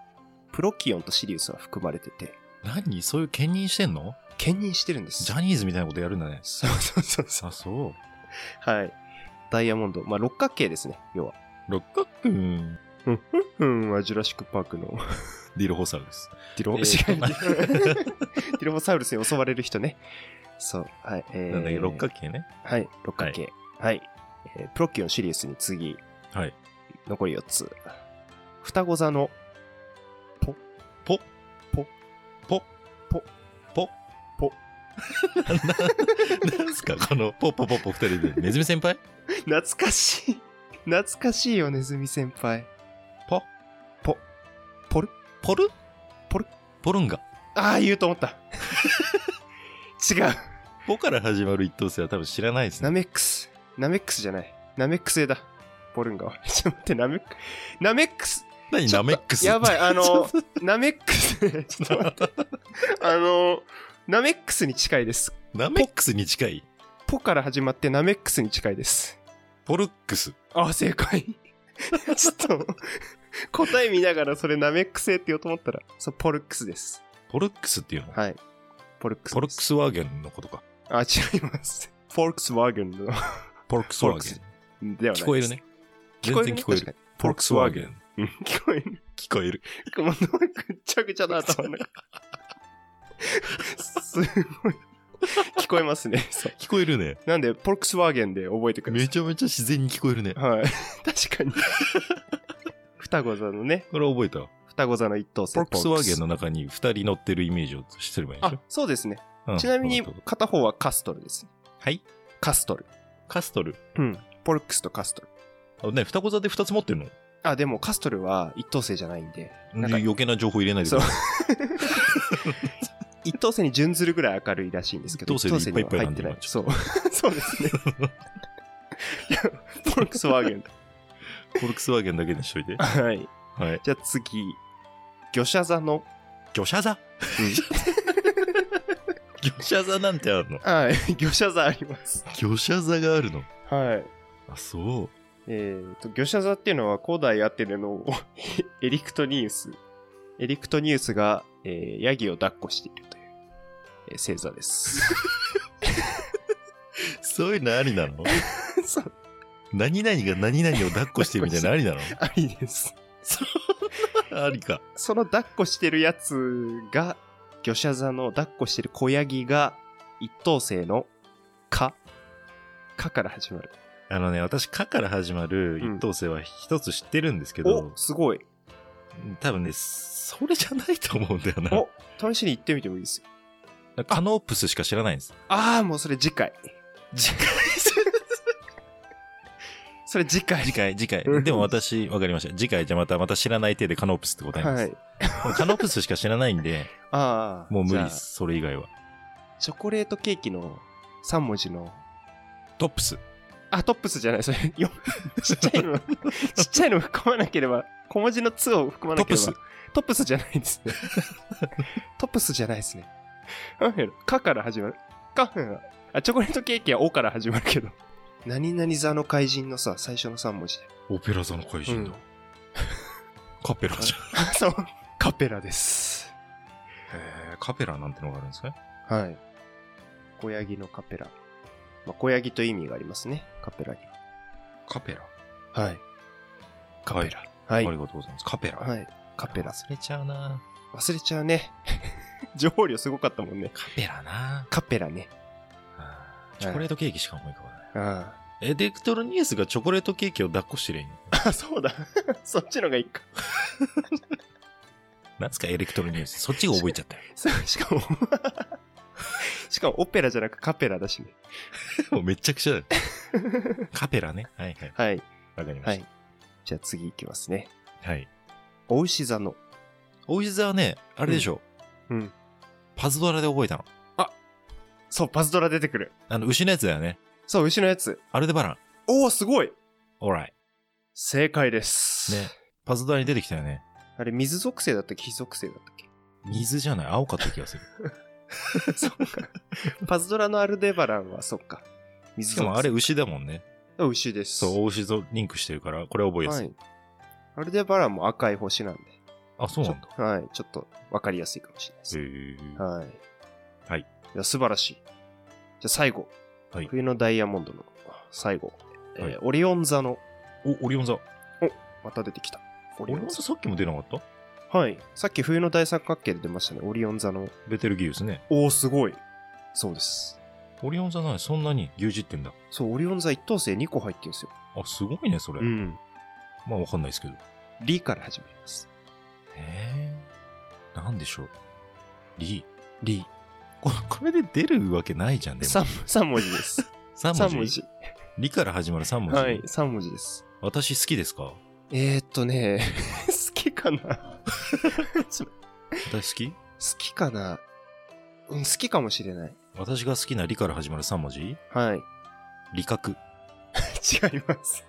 Speaker 1: プロキオンとシリウスは含まれてて、
Speaker 2: 何そういう兼任してんの
Speaker 1: 兼任してるんです。
Speaker 2: ジャニーズみたいなことやるんだね。
Speaker 1: そうそうそうそう。
Speaker 2: あ、そう。
Speaker 1: はい。ダイヤモンド。まあ、六角形ですね。要は。
Speaker 2: 六角くん、
Speaker 1: うん、はジュラシックパークの
Speaker 2: ディルホサウルです。
Speaker 1: [LAUGHS] ディロ、
Speaker 2: えー
Speaker 1: 違う [LAUGHS] ディロボサウルスに襲われる人ね。そう。はい。えー
Speaker 2: なんだっけ、六角形ね。
Speaker 1: はい、六角形。はい。えープロキオンシリウスに次、
Speaker 2: はい。
Speaker 1: 残り4つ。双子座の
Speaker 2: ポ
Speaker 1: ポ
Speaker 2: ポ
Speaker 1: ポ
Speaker 2: ポ
Speaker 1: ポ
Speaker 2: [LAUGHS] なんすかこのポポポポ二人で。ネズミ先輩
Speaker 1: [LAUGHS] 懐かしい。懐かしいよ、ネズミ先輩。
Speaker 2: ポ
Speaker 1: ポポル
Speaker 2: ポル
Speaker 1: ポル
Speaker 2: ポルンガ。
Speaker 1: ああ、言うと思った。 [LAUGHS] 違う。
Speaker 2: ポから始まる一等星は多分知らないです
Speaker 1: ナ
Speaker 2: ね。
Speaker 1: メックス。ナメックスじゃない。ナメック星だ。ボルンガは。 [LAUGHS] ちょっと待って、ナメックナメックス。
Speaker 2: 何
Speaker 1: ちょ
Speaker 2: ナ
Speaker 1: っと
Speaker 2: メックス
Speaker 1: やばい、あ
Speaker 2: [LAUGHS] ちょ
Speaker 1: の
Speaker 2: っと、
Speaker 1: ナメックス。ちょっと待って。 [LAUGHS] あの、ナメックスに近いです。
Speaker 2: ナメックスに近い
Speaker 1: ポから始まってナメックスに近いです。
Speaker 2: ポルックス。
Speaker 1: あ、正解。ちょっと、答え見ながらそれナメック星って言おうと思ったら、そう、ポルックスです。
Speaker 2: ポルックスっていうの
Speaker 1: はい。ポルックスです。
Speaker 2: ポルックスワーゲンのことか。
Speaker 1: あ、違います。フォルクスワーゲンの、では
Speaker 2: ポルックスワーゲ
Speaker 1: ないで
Speaker 2: ン。
Speaker 1: す
Speaker 2: 聞こえる。ね。
Speaker 1: 聞
Speaker 2: 全
Speaker 1: こえる
Speaker 2: 然
Speaker 1: ね
Speaker 2: 聞こえ
Speaker 1: 確
Speaker 2: る。ポルックスワーゲン。
Speaker 1: かにうん聞こえる。
Speaker 2: 聞こえる。
Speaker 1: もうぐっちゃぐちゃな頭
Speaker 2: [LAUGHS]
Speaker 1: の中。すごい。聞こえますね。そう
Speaker 2: 聞こえるね。
Speaker 1: なんで、ポルクスワーゲンで覚えてくださ
Speaker 2: め
Speaker 1: い。
Speaker 2: ちゃめちゃ自然に聞こえるね。
Speaker 1: はい。確かに。双子座のね、
Speaker 2: これ覚えたわ。
Speaker 1: 双子座の一等星。
Speaker 2: ポルックスワーゲン
Speaker 1: の。
Speaker 2: の中に二人乗ってるイメージをしてればいいんでし
Speaker 1: あ、そうですね。
Speaker 2: ょうん
Speaker 1: ちなみに
Speaker 2: そうそうそう
Speaker 1: 片方はカストルです。
Speaker 2: はい。
Speaker 1: カストル。
Speaker 2: カストル。
Speaker 1: うん。ポルクスとカストル。
Speaker 2: あね、双子座で二つ持ってるの
Speaker 1: あ、でもカストルは一等星じゃないんで。なんか
Speaker 2: 余計な情報入れないでください
Speaker 1: 一等星に準ずるぐらい明るいらしいんですけど、
Speaker 2: 一等星でいっぱいいっぱいなん
Speaker 1: 一等星に
Speaker 2: だ今
Speaker 1: は入ってない。そう。 [LAUGHS] そうです
Speaker 2: [LAUGHS]
Speaker 1: ね。いやポルクスワーゲン。。
Speaker 2: フォルクスワーゲンだけにしとい [LAUGHS] て
Speaker 1: はい。
Speaker 2: はい。
Speaker 1: じゃあ次、魚車座の、
Speaker 2: 魚車座魚車座なんてあるの
Speaker 1: はい、魚車座あります。
Speaker 2: 魚車座があるの
Speaker 1: はい。
Speaker 2: あ、そう。
Speaker 1: えー、と、魚車座っていうのは古代アテネの [LAUGHS] エリクトニウス。エリクトニウスが、えーヤギを抱っこしているという、えー星座です。
Speaker 2: そういうのありな [LAUGHS] の
Speaker 1: そう、
Speaker 2: 何々が何々を抱っこしてるみたいなのありなの
Speaker 1: [LAUGHS] ありです。
Speaker 2: [LAUGHS] ありか。
Speaker 1: その抱っこしてるやつが、魚車座の抱っこしてる子ヤギが、一等星の、か、かから始まる。
Speaker 2: あのね、私、かから始まる一等星は一つ知ってるんですけど
Speaker 1: お、、すごい。
Speaker 2: 多分ね、それじゃないと思うんだよな。
Speaker 1: [LAUGHS] お、試しに行ってみてもいいですよ。
Speaker 2: カノープスしか知らないんです。
Speaker 1: ああ、もうそれ次回。
Speaker 2: 次回、
Speaker 1: それ次回。
Speaker 2: 次回、次
Speaker 1: うん
Speaker 2: 回。でも私、わかりました。次回、じゃあまた、また知らない手でカノープスって答えます。
Speaker 1: はい。
Speaker 2: もうカノープスしか知らないんで、
Speaker 1: ああ。
Speaker 2: もう無理で
Speaker 1: じゃ
Speaker 2: す。それ以外は。
Speaker 1: あ。チョコレートケーキの3文字の。
Speaker 2: トップス。
Speaker 1: あ、トップスじゃない、それ。 [LAUGHS] よちっちゃい [LAUGHS] の、ちっちゃいの含まなければ、小文字の2を含まなければ。
Speaker 2: トップ
Speaker 1: トップスじゃないです [LAUGHS] ね。トップスじゃないですね。なんやろかから始まる。かあ、チョコレートケーキはおから始まるけど。何々座の怪人のさ、最初の3文字で。
Speaker 2: オペラ座の怪人だ。
Speaker 1: うん
Speaker 2: カペラじゃん。
Speaker 1: あ [LAUGHS] そう。カペラです。
Speaker 2: へーカペラなんてのがあるんですね。
Speaker 1: はい。小ヤギのカペラ。まあ、小ヤギという意味がありますね。カペラに
Speaker 2: カペラ。
Speaker 1: は。はい。
Speaker 2: カペラ。
Speaker 1: は
Speaker 2: あ
Speaker 1: い。
Speaker 2: り
Speaker 1: は
Speaker 2: がとうございます。カペラ。
Speaker 1: い。カペラ。
Speaker 2: 忘れちゃうな。
Speaker 1: 忘れちゃうね。 [LAUGHS] 情報量すごかったもんね。
Speaker 2: カペラな。
Speaker 1: カペラね。
Speaker 2: あーチョコレートケーキしか思い浮かばない。
Speaker 1: あ
Speaker 2: エデクトロニウスがチョコレート [LAUGHS] ケーキを抱っこしてるいいの
Speaker 1: あ。そうだ。そっちのがいいか。
Speaker 2: なんすかエレクトロニュース。そっちが覚えちゃったよ。
Speaker 1: そうし
Speaker 2: [LAUGHS]
Speaker 1: かもしかもオペラじゃなくカペラだしね
Speaker 2: もうめっちゃくちゃだよ。カペラね。はいはい。
Speaker 1: はい
Speaker 2: わかりま
Speaker 1: は
Speaker 2: し
Speaker 1: いじゃあ次いきますね
Speaker 2: た。はい。
Speaker 1: お牛座の
Speaker 2: 大石座はね、あれでしょ。
Speaker 1: うん
Speaker 2: パズドラで覚えたの。
Speaker 1: そうパズドラ出てくる
Speaker 2: あの、牛のやつだよね。
Speaker 1: そう牛のやつ
Speaker 2: アルデバラン。
Speaker 1: おおすごい
Speaker 2: オーライ。
Speaker 1: 正解です
Speaker 2: ね。パズドラに出てきたよね。
Speaker 1: あれ水属性だったっけ火属性だったっけ
Speaker 2: 水じゃない。青かった気がする。
Speaker 1: [LAUGHS] そっかパズドラのアルデバランはそっか水
Speaker 2: し
Speaker 1: 属性
Speaker 2: かもあれ牛だもんね。
Speaker 1: 牛です
Speaker 2: そう、大牛とリンクしてるから、これ覚えやす。
Speaker 1: はいいアルデバランも赤い星なんで
Speaker 2: あ、そう
Speaker 1: ち
Speaker 2: な
Speaker 1: ょ
Speaker 2: んだ。
Speaker 1: はいちょっと分かりやすいかもしれないです
Speaker 2: へー
Speaker 1: はい。
Speaker 2: はい
Speaker 1: や、素晴らしい。じゃあ最後。
Speaker 2: はい
Speaker 1: 冬のダイヤモンドの最後。えー
Speaker 2: はい
Speaker 1: オリオン座の、
Speaker 2: お、オリオン座。
Speaker 1: また出てきた。オ
Speaker 2: オリオン座さっきも出なかった
Speaker 1: はい。さっき冬の大三角形で出ましたね。オリオン座の。
Speaker 2: ベテルギウスね。
Speaker 1: おお、すごい。そうです。
Speaker 2: オリオン座ない。そんなに牛耳ってんだ。
Speaker 1: そう、オリオン座一等星2個入ってるんですよ。
Speaker 2: あ、すごいね、それ。
Speaker 1: ん。
Speaker 2: まあ、わかんないですけど。
Speaker 1: リから始まります。
Speaker 2: えー、なんでしょう。リリここれで出るわけないじゃん、でも。
Speaker 1: 3, 三文字です。
Speaker 2: [LAUGHS] 三
Speaker 1: 3文字。
Speaker 2: リから始まる3文字。
Speaker 1: はい、3文字です。
Speaker 2: 私好きですか
Speaker 1: えー、っとね、 [LAUGHS] 好きかなちょ好
Speaker 2: 私好き
Speaker 1: きかなうん、好きかもしれない。
Speaker 2: 私が好きなリから始まる3文字
Speaker 1: はい。
Speaker 2: 理覚。
Speaker 1: 違い [LAUGHS] ます。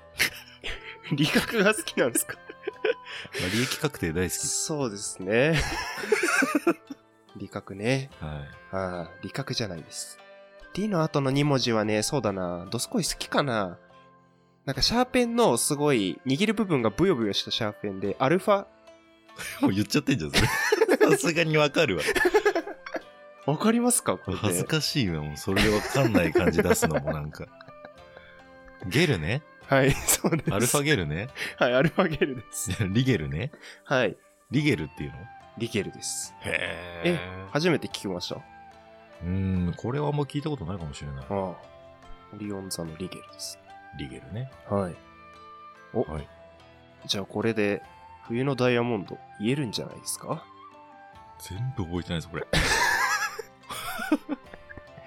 Speaker 1: 理学が好きなんですか
Speaker 2: まあ利益確定大好き。
Speaker 1: そうですね。理学ね。
Speaker 2: はい。
Speaker 1: ああ、理学じゃないです。理の後の2文字はね、そうだな。どすこい好きかな。なんかシャーペンのすごい握る部分がブヨブヨしたシャーペンで、アルファ、
Speaker 2: もう言っちゃってんじゃん、 [LAUGHS] それ。さすがにわかるわ。
Speaker 1: わかりますかこれで
Speaker 2: 恥ずかしいわ、もうそれでわかんない感じ出すのもなんか。ゲルね
Speaker 1: はい、 [LAUGHS] そうです。
Speaker 2: アルファゲルね [LAUGHS]
Speaker 1: はい、アルファゲルです。
Speaker 2: リゲルね
Speaker 1: はい、
Speaker 2: リゲルっていうの
Speaker 1: リゲルです。
Speaker 2: へ
Speaker 1: え初めて聞きました。あ
Speaker 2: うーん、これはあんま聞いたことないかもしれない
Speaker 1: あ。。オリオン座のリゲルです。
Speaker 2: リゲルね。
Speaker 1: はい。お、
Speaker 2: はい
Speaker 1: じゃあこれで、冬のダイヤモンド、言えるんじゃないですか
Speaker 2: 全部覚えてないぞ、これ。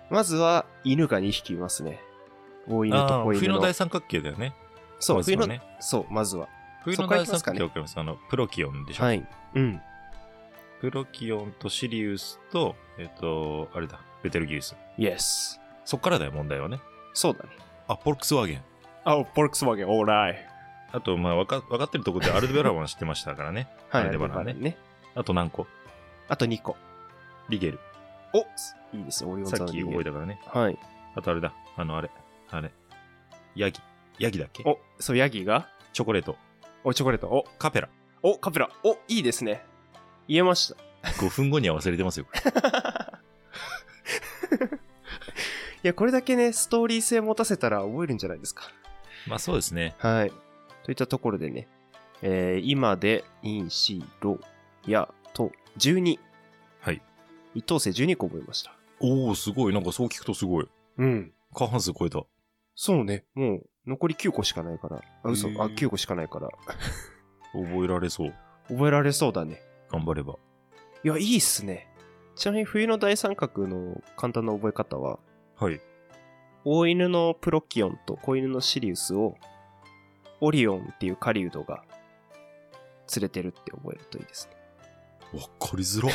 Speaker 1: まずは、犬が2匹いますね。大犬
Speaker 2: あ
Speaker 1: と
Speaker 2: あ、
Speaker 1: 子犬
Speaker 2: 冬
Speaker 1: の。
Speaker 2: の大三角形だよね。
Speaker 1: そう、
Speaker 2: まず
Speaker 1: 冬
Speaker 2: は
Speaker 1: の、
Speaker 2: ね。
Speaker 1: そう、まずは。
Speaker 2: 冬
Speaker 1: そ
Speaker 2: の
Speaker 1: っから
Speaker 2: 大
Speaker 1: 行きま
Speaker 2: 三
Speaker 1: すか
Speaker 2: 角
Speaker 1: ね
Speaker 2: 形わかりますあの、プロキオンでしょ。
Speaker 1: はい。うん。
Speaker 2: プロキオンとシリウスと、えっ、と、あれだ、ベテルギウス。
Speaker 1: イエス。
Speaker 2: そっからだよ、問題はね。
Speaker 1: そうだね。
Speaker 2: あ、フォルクスワーゲン。
Speaker 1: あ、フォルクスワーゲン、オーライ。
Speaker 2: あと、まあ、わか、わかってるところでアルデベラマン知ってましたから [LAUGHS] ね。
Speaker 1: はい、
Speaker 2: アルデバランね
Speaker 1: アルデバね。
Speaker 2: あと何個
Speaker 1: あと2個。
Speaker 2: リゲル。
Speaker 1: おいいですよ、オリオン座
Speaker 2: さ
Speaker 1: の
Speaker 2: っき覚
Speaker 1: た。
Speaker 2: えたからね。
Speaker 1: はい。
Speaker 2: あとあれだ、あの、あれ、あれ。ヤギ。ヤギだっけ
Speaker 1: お、そう、ヤギが、
Speaker 2: チョコレート。
Speaker 1: お、チョコレート、お、
Speaker 2: カペラ。
Speaker 1: お、カペラ、お、いいですね。言えました。
Speaker 2: 5分後には忘れてますよ。これ
Speaker 1: [LAUGHS] いや、これだけね、ストーリー性持たせたら覚えるんじゃないですか。
Speaker 2: [LAUGHS] まあ、そうですね。
Speaker 1: はい。といったところでね、えー今で、い、し、ろ、や、と、12。
Speaker 2: はい。
Speaker 1: 一等星12個覚えました。
Speaker 2: おおすごい。なんかそう聞くとすごい。
Speaker 1: うん。
Speaker 2: 過半数超えた。
Speaker 1: そうね。もう、残り9個しかないから。あ、嘘。
Speaker 2: へー
Speaker 1: あ、9個しかないから。
Speaker 2: 覚えられそう。
Speaker 1: 覚えられそうだね。
Speaker 2: 頑張れば。
Speaker 1: いや、いいっすね。ちなみに、冬の大三角の簡単な覚え方は、
Speaker 2: はい。
Speaker 1: 大犬のプロキオンと子犬のシリウスを、オリオンっていう狩人が連れてるって覚えるといいですね。
Speaker 2: わかりづら。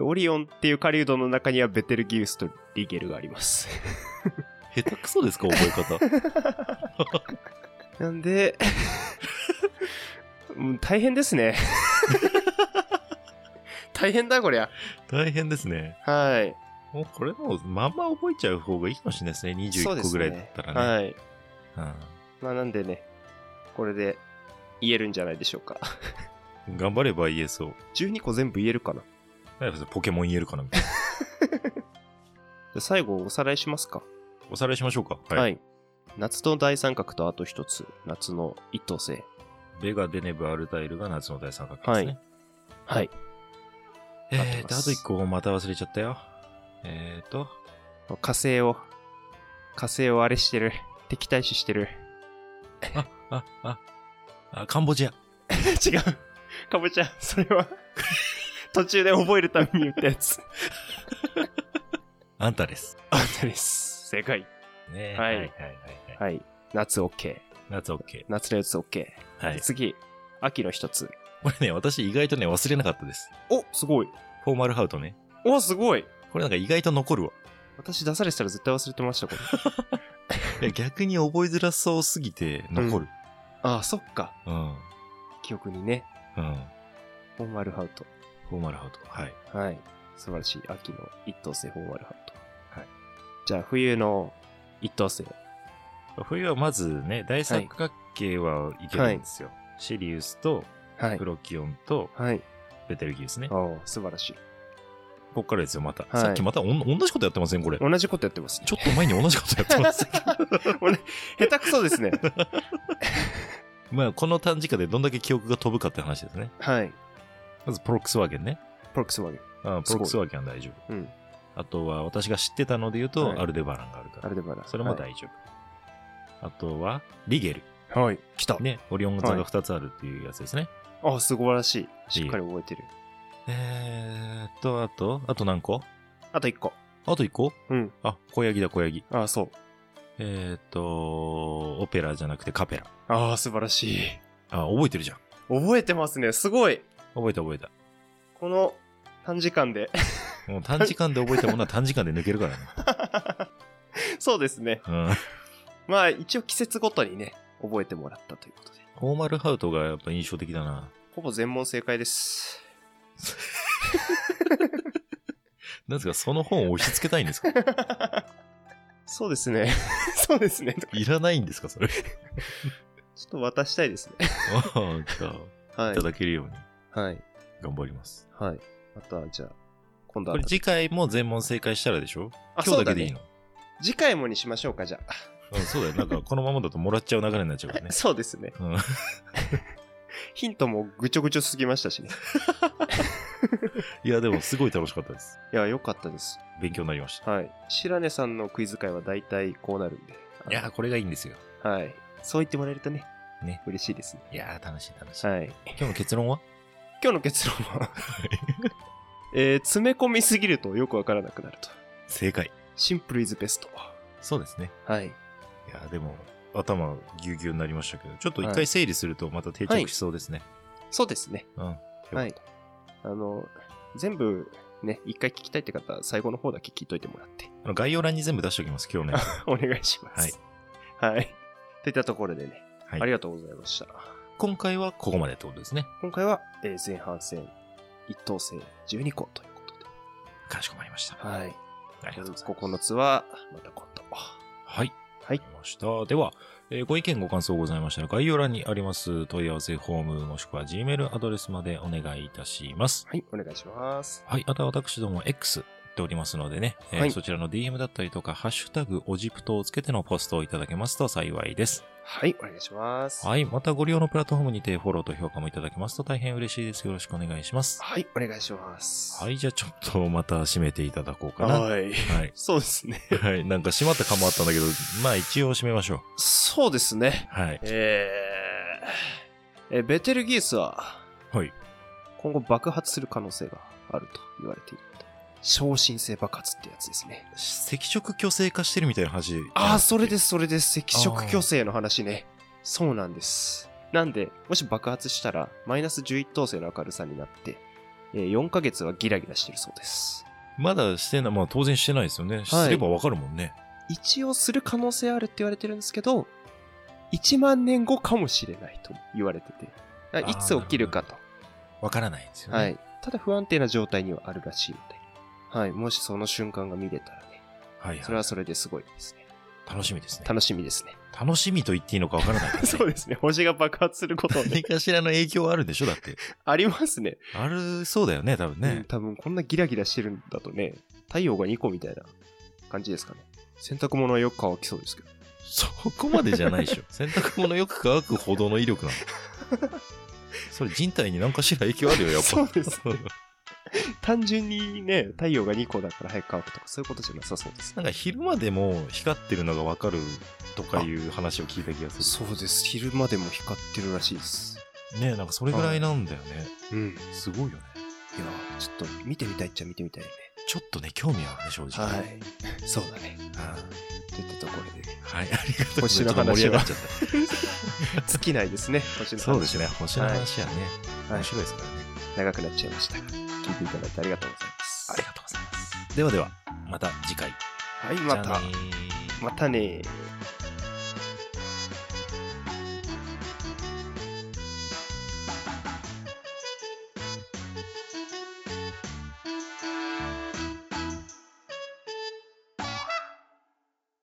Speaker 1: オリオンっていう狩人の中にはベテルギウスとリゲルがあります。
Speaker 2: [LAUGHS]
Speaker 1: [LAUGHS]
Speaker 2: 下手くそですか、覚え方。
Speaker 1: なんで、 [LAUGHS] うん大変です
Speaker 2: [LAUGHS]
Speaker 1: ね。大変だ、こりゃ。
Speaker 2: [LAUGHS] 大変ですね。
Speaker 1: はい。
Speaker 2: もうこれもまんま覚えちゃう方がいいかもしれないですね。
Speaker 1: そう
Speaker 2: 21
Speaker 1: で
Speaker 2: 個
Speaker 1: す
Speaker 2: ぐらいだったらね。
Speaker 1: はい。
Speaker 2: う
Speaker 1: まあ、なんでね、これで言えるんじゃないでしょうか。 [LAUGHS]
Speaker 2: ん頑張れば言えそう。
Speaker 1: 12個全部言えるかな。じ
Speaker 2: なんかポケモン言えるかなみたいな。
Speaker 1: ゃあ最後、おさらいしますか。
Speaker 2: おさらいしましょうか。
Speaker 1: はい。夏の大三角とあと一つ、夏の一等星。
Speaker 2: ベガ、デネブ、アルタイルが夏の大三角形ですね。
Speaker 1: はい。
Speaker 2: え
Speaker 1: 合って
Speaker 2: ー
Speaker 1: ま
Speaker 2: と、
Speaker 1: す
Speaker 2: あと1個また忘れちゃったよ。えーと、
Speaker 1: 火星を、火星をあれしてる。 [LAUGHS] 敵対視してる。 [LAUGHS]
Speaker 2: あ、あ、あ、あカンボジア。
Speaker 1: 違う。 [LAUGHS] かぼちゃん、それは、 [LAUGHS] 途中で覚えるために言ったやつ。
Speaker 2: あんたです。
Speaker 1: [LAUGHS] あたです。正解。は
Speaker 2: ね
Speaker 1: い
Speaker 2: はいはいはい。
Speaker 1: はい。夏 OK。
Speaker 2: 夏 OK。
Speaker 1: 夏のやつ OK。
Speaker 2: はい。
Speaker 1: 次、秋の一つ。
Speaker 2: これね、私意外とね、忘れなかったです。
Speaker 1: おすごい。
Speaker 2: フォーマルハウトね。
Speaker 1: おすごい。
Speaker 2: これなんか意外と残るわ。
Speaker 1: 私出されてたら絶対忘れてま [LAUGHS] した、これ。
Speaker 2: いや逆に覚えづらそうすぎて残る。
Speaker 1: ああ、そっか。
Speaker 2: うん。うん。
Speaker 1: 記憶にね。フォーマルハウト。
Speaker 2: フォーマルハウト。はい。
Speaker 1: はい。素晴らしい。秋の一等星フォーマルハウト。はい。じゃあ、冬の一等星。
Speaker 2: 冬はまずね、大三角形はいけないんですよ。シリウスと
Speaker 1: は
Speaker 2: プ。ロキオンと
Speaker 1: はい。
Speaker 2: ベテルギウスね。こ
Speaker 1: おー素晴らしい。
Speaker 2: こからですよ、また。
Speaker 1: はい
Speaker 2: さっきまたおん同じことやってませんこれ。ちょ
Speaker 1: 同じことやってますね。
Speaker 2: っと前に同じことやって
Speaker 1: [LAUGHS]
Speaker 2: ます。
Speaker 1: 下手くそですね。
Speaker 2: まあ、この短時間でどんだけ記憶が飛ぶかって話ですね。
Speaker 1: はい。
Speaker 2: まず、プロックスワーゲンね。
Speaker 1: プロクスワーゲ
Speaker 2: あプ
Speaker 1: すごい
Speaker 2: ロックスワーゲンは大丈夫。
Speaker 1: ン。うん。
Speaker 2: あとは、私が知ってたので言うと、
Speaker 1: はい
Speaker 2: アルデバランがあるか
Speaker 1: あ
Speaker 2: ら。
Speaker 1: れでまだ。
Speaker 2: それも大丈夫。あとは、リゲル。
Speaker 1: はい。はい。来た。
Speaker 2: ね、オリオン座
Speaker 1: は
Speaker 2: が
Speaker 1: い
Speaker 2: 2つあるっていうやつですね。
Speaker 1: あ、素晴らしい。しっかり覚えてる。
Speaker 2: えーっと、あと、あと何個
Speaker 1: あと一個。
Speaker 2: あと1個
Speaker 1: うん。
Speaker 2: あ、小ヤギだ、小ヤギ。
Speaker 1: ああ、そう。
Speaker 2: えーっと、オペラじゃなくてカペラ。
Speaker 1: ああ、素晴らしい。
Speaker 2: あ、覚えてるじゃん。
Speaker 1: 覚えてますね。すごい。
Speaker 2: 覚えた覚えた。
Speaker 1: この短時間で。 [LAUGHS]
Speaker 2: もう短時間で覚えたものは短時間で抜けるからね。
Speaker 1: そうですね。
Speaker 2: うん。
Speaker 1: まあ、一応季節ごとにね、覚えてもらったということで。
Speaker 2: フォーマルハウトがやっぱ印象的だな。
Speaker 1: ほぼ全問正解です。
Speaker 2: なんですか、その本を押し付けたいん
Speaker 1: [LAUGHS]
Speaker 2: ですか
Speaker 1: そうですね。 [LAUGHS] そうですね。ちょ
Speaker 2: いらないんですか、それ。 [LAUGHS]
Speaker 1: っと渡したいですね。
Speaker 2: ああ、じゃ
Speaker 1: は
Speaker 2: あ、い
Speaker 1: い
Speaker 2: た。だけるように
Speaker 1: はい。
Speaker 2: 頑張ります。
Speaker 1: はい。また、じゃあ、今度
Speaker 2: こ
Speaker 1: は
Speaker 2: れ、次回も全問正解したらでしょ
Speaker 1: あ
Speaker 2: 今日だけでいい
Speaker 1: そうだね
Speaker 2: の
Speaker 1: 次回もにしましょうか、じゃ
Speaker 2: うん、そうだよ。なんか、このままだともらっちゃう流れになっちゃうから [LAUGHS] ね
Speaker 1: あ。。そうですね。
Speaker 2: うん、
Speaker 1: [LAUGHS] ヒントもぐちょぐちょすぎましたしね。
Speaker 2: いや、でも、すごい楽しかったです。
Speaker 1: いや、良かったです。
Speaker 2: 勉強になりました。
Speaker 1: はい。白根さんのクイズ会は大体こうなるんで。
Speaker 2: いや、これがいいんですよ。
Speaker 1: はい。そう言ってもらえるとね、
Speaker 2: ね
Speaker 1: 嬉しいですね。
Speaker 2: いや、楽しい楽しい。
Speaker 1: はい。
Speaker 2: 今日の結論は
Speaker 1: 今日の結論は、 [LAUGHS] えー、詰め込みすぎるとよくわからなくなると。
Speaker 2: 正解。
Speaker 1: シンプルイズベスト。
Speaker 2: そうですね。
Speaker 1: はい。
Speaker 2: いや、でも、頭ぎゅうぎゅうになりましたけど、ちょっと一
Speaker 1: はい
Speaker 2: 回整理するとまた定
Speaker 1: はい
Speaker 2: 着しそうですね。
Speaker 1: そうですね。
Speaker 2: うん。
Speaker 1: はい。あの、全部ね、一回聞きたいって方は最後の方だけ聞いといてもらって、 [LAUGHS]
Speaker 2: あの概要欄に全部出しておきます、今日ね。
Speaker 1: お願いします。はい。はい。といったところでね、
Speaker 2: はい
Speaker 1: ありがとうございました。
Speaker 2: [LAUGHS] 今回はここまでってことですね。
Speaker 1: 今回は、えー前半戦、一等星12個ということで。
Speaker 2: かしこまりました。
Speaker 1: はい。
Speaker 2: ありがとうございます。
Speaker 1: 9つは、また今度。
Speaker 2: はい。
Speaker 1: はい
Speaker 2: わかりました。では、えーご意見ご感想ございましたら概要欄にあります問い合わせフォームもしくは Gmail アドレスまでお願いいたします。
Speaker 1: はい、お願いします。
Speaker 2: はい。あとは私ども X やっておりますのでね、えー
Speaker 1: はい
Speaker 2: そちらの DM だったりとか、ハッシュタグオジプトをつけてのポストをいただけますと幸いです。
Speaker 1: はい、お願いします。
Speaker 2: はい。またご利用のプラットフォームにてフォローと評価もいただけますと大変嬉しいです。よろしくお願いします。
Speaker 1: はい、お願いします。
Speaker 2: はい。じゃあちょっとまた締めていただこうかな。は
Speaker 1: はい。
Speaker 2: い。
Speaker 1: そうですね。
Speaker 2: はい。なんか閉まった感もあったんだけど、まあ一応締めましょう。
Speaker 1: そうですね。
Speaker 2: はい。
Speaker 1: えー、えベテルギウスは
Speaker 2: はい。
Speaker 1: 今後爆発する可能性があると言われているので。超新星爆発ってやつですね。
Speaker 2: 赤色巨星化してるみたいな話。
Speaker 1: ああ、それです、それです。赤色巨星の話ね。そうなんです。なんで、もし爆発したら、マイナス11等星の明るさになって、えー4ヶ月はギラギラしてるそうです。
Speaker 2: まだしてない、まあ当然してないですよね。すればわかるもんね。
Speaker 1: 一応する可能性あるって言われてるんですけど、1万年後かもしれないと言われてて、だからいつ起きるかと。
Speaker 2: わ、からないですよね。
Speaker 1: は。い。ただ不安定な状態にはあるらしいので、はい。もしその瞬間が見れたらね、
Speaker 2: はい、はい。
Speaker 1: それはそれですごいですね。
Speaker 2: 楽しみですね。
Speaker 1: 楽しみですね。
Speaker 2: 楽しみと言っていいのかわからないけど
Speaker 1: [LAUGHS]
Speaker 2: ね、
Speaker 1: そうですね。星が爆発することね
Speaker 2: 何かしらの影響はあるでしょだって。
Speaker 1: [LAUGHS] ありますね。
Speaker 2: あるそうだよね、多分
Speaker 1: うん
Speaker 2: ね。
Speaker 1: 多分こんなギラギラしてるんだとね、太陽が2個みたいな感じですかね。洗濯物はよく乾きそうですけど。
Speaker 2: そこまでじゃない
Speaker 1: [LAUGHS]
Speaker 2: でしょ。洗濯物よく乾くほどの威力なの。それ人体に何かしら影響あるよ、やっぱ。
Speaker 1: そうですね単純にね、太陽が2個だから早く乾くとか、そういうことじゃなさそうですね
Speaker 2: [LAUGHS] なんか昼間でも光ってるのがわかるとかいう話を聞いた気がする。
Speaker 1: そうです。昼間でも光ってるらしいです。
Speaker 2: ねなんかそれぐらいなんだよね。
Speaker 1: うん。いや
Speaker 2: すごいよね。
Speaker 1: ーちょっと見てみたいっちゃ見てみたいね。
Speaker 2: ちょっとね、興味あるね、正直。
Speaker 1: は
Speaker 2: うん
Speaker 1: い。 [LAUGHS] そうだね。といったところで、
Speaker 2: はい、ありがとうござ
Speaker 1: 星
Speaker 2: い
Speaker 1: の
Speaker 2: ます。ちょっと盛り
Speaker 1: 話
Speaker 2: 上が
Speaker 1: は
Speaker 2: っちゃっ
Speaker 1: [LAUGHS]
Speaker 2: た。
Speaker 1: 尽きないですね。星の話
Speaker 2: そうですね、星の話はね、
Speaker 1: はい
Speaker 2: 面白いですからね。
Speaker 1: 長くなっちゃいましたが、聞いていただいてありがとうございます。
Speaker 2: ありがとうございます。ではでは、また次回。
Speaker 1: はい、ま
Speaker 2: じゃあ
Speaker 1: た。
Speaker 2: ねー
Speaker 1: またねー。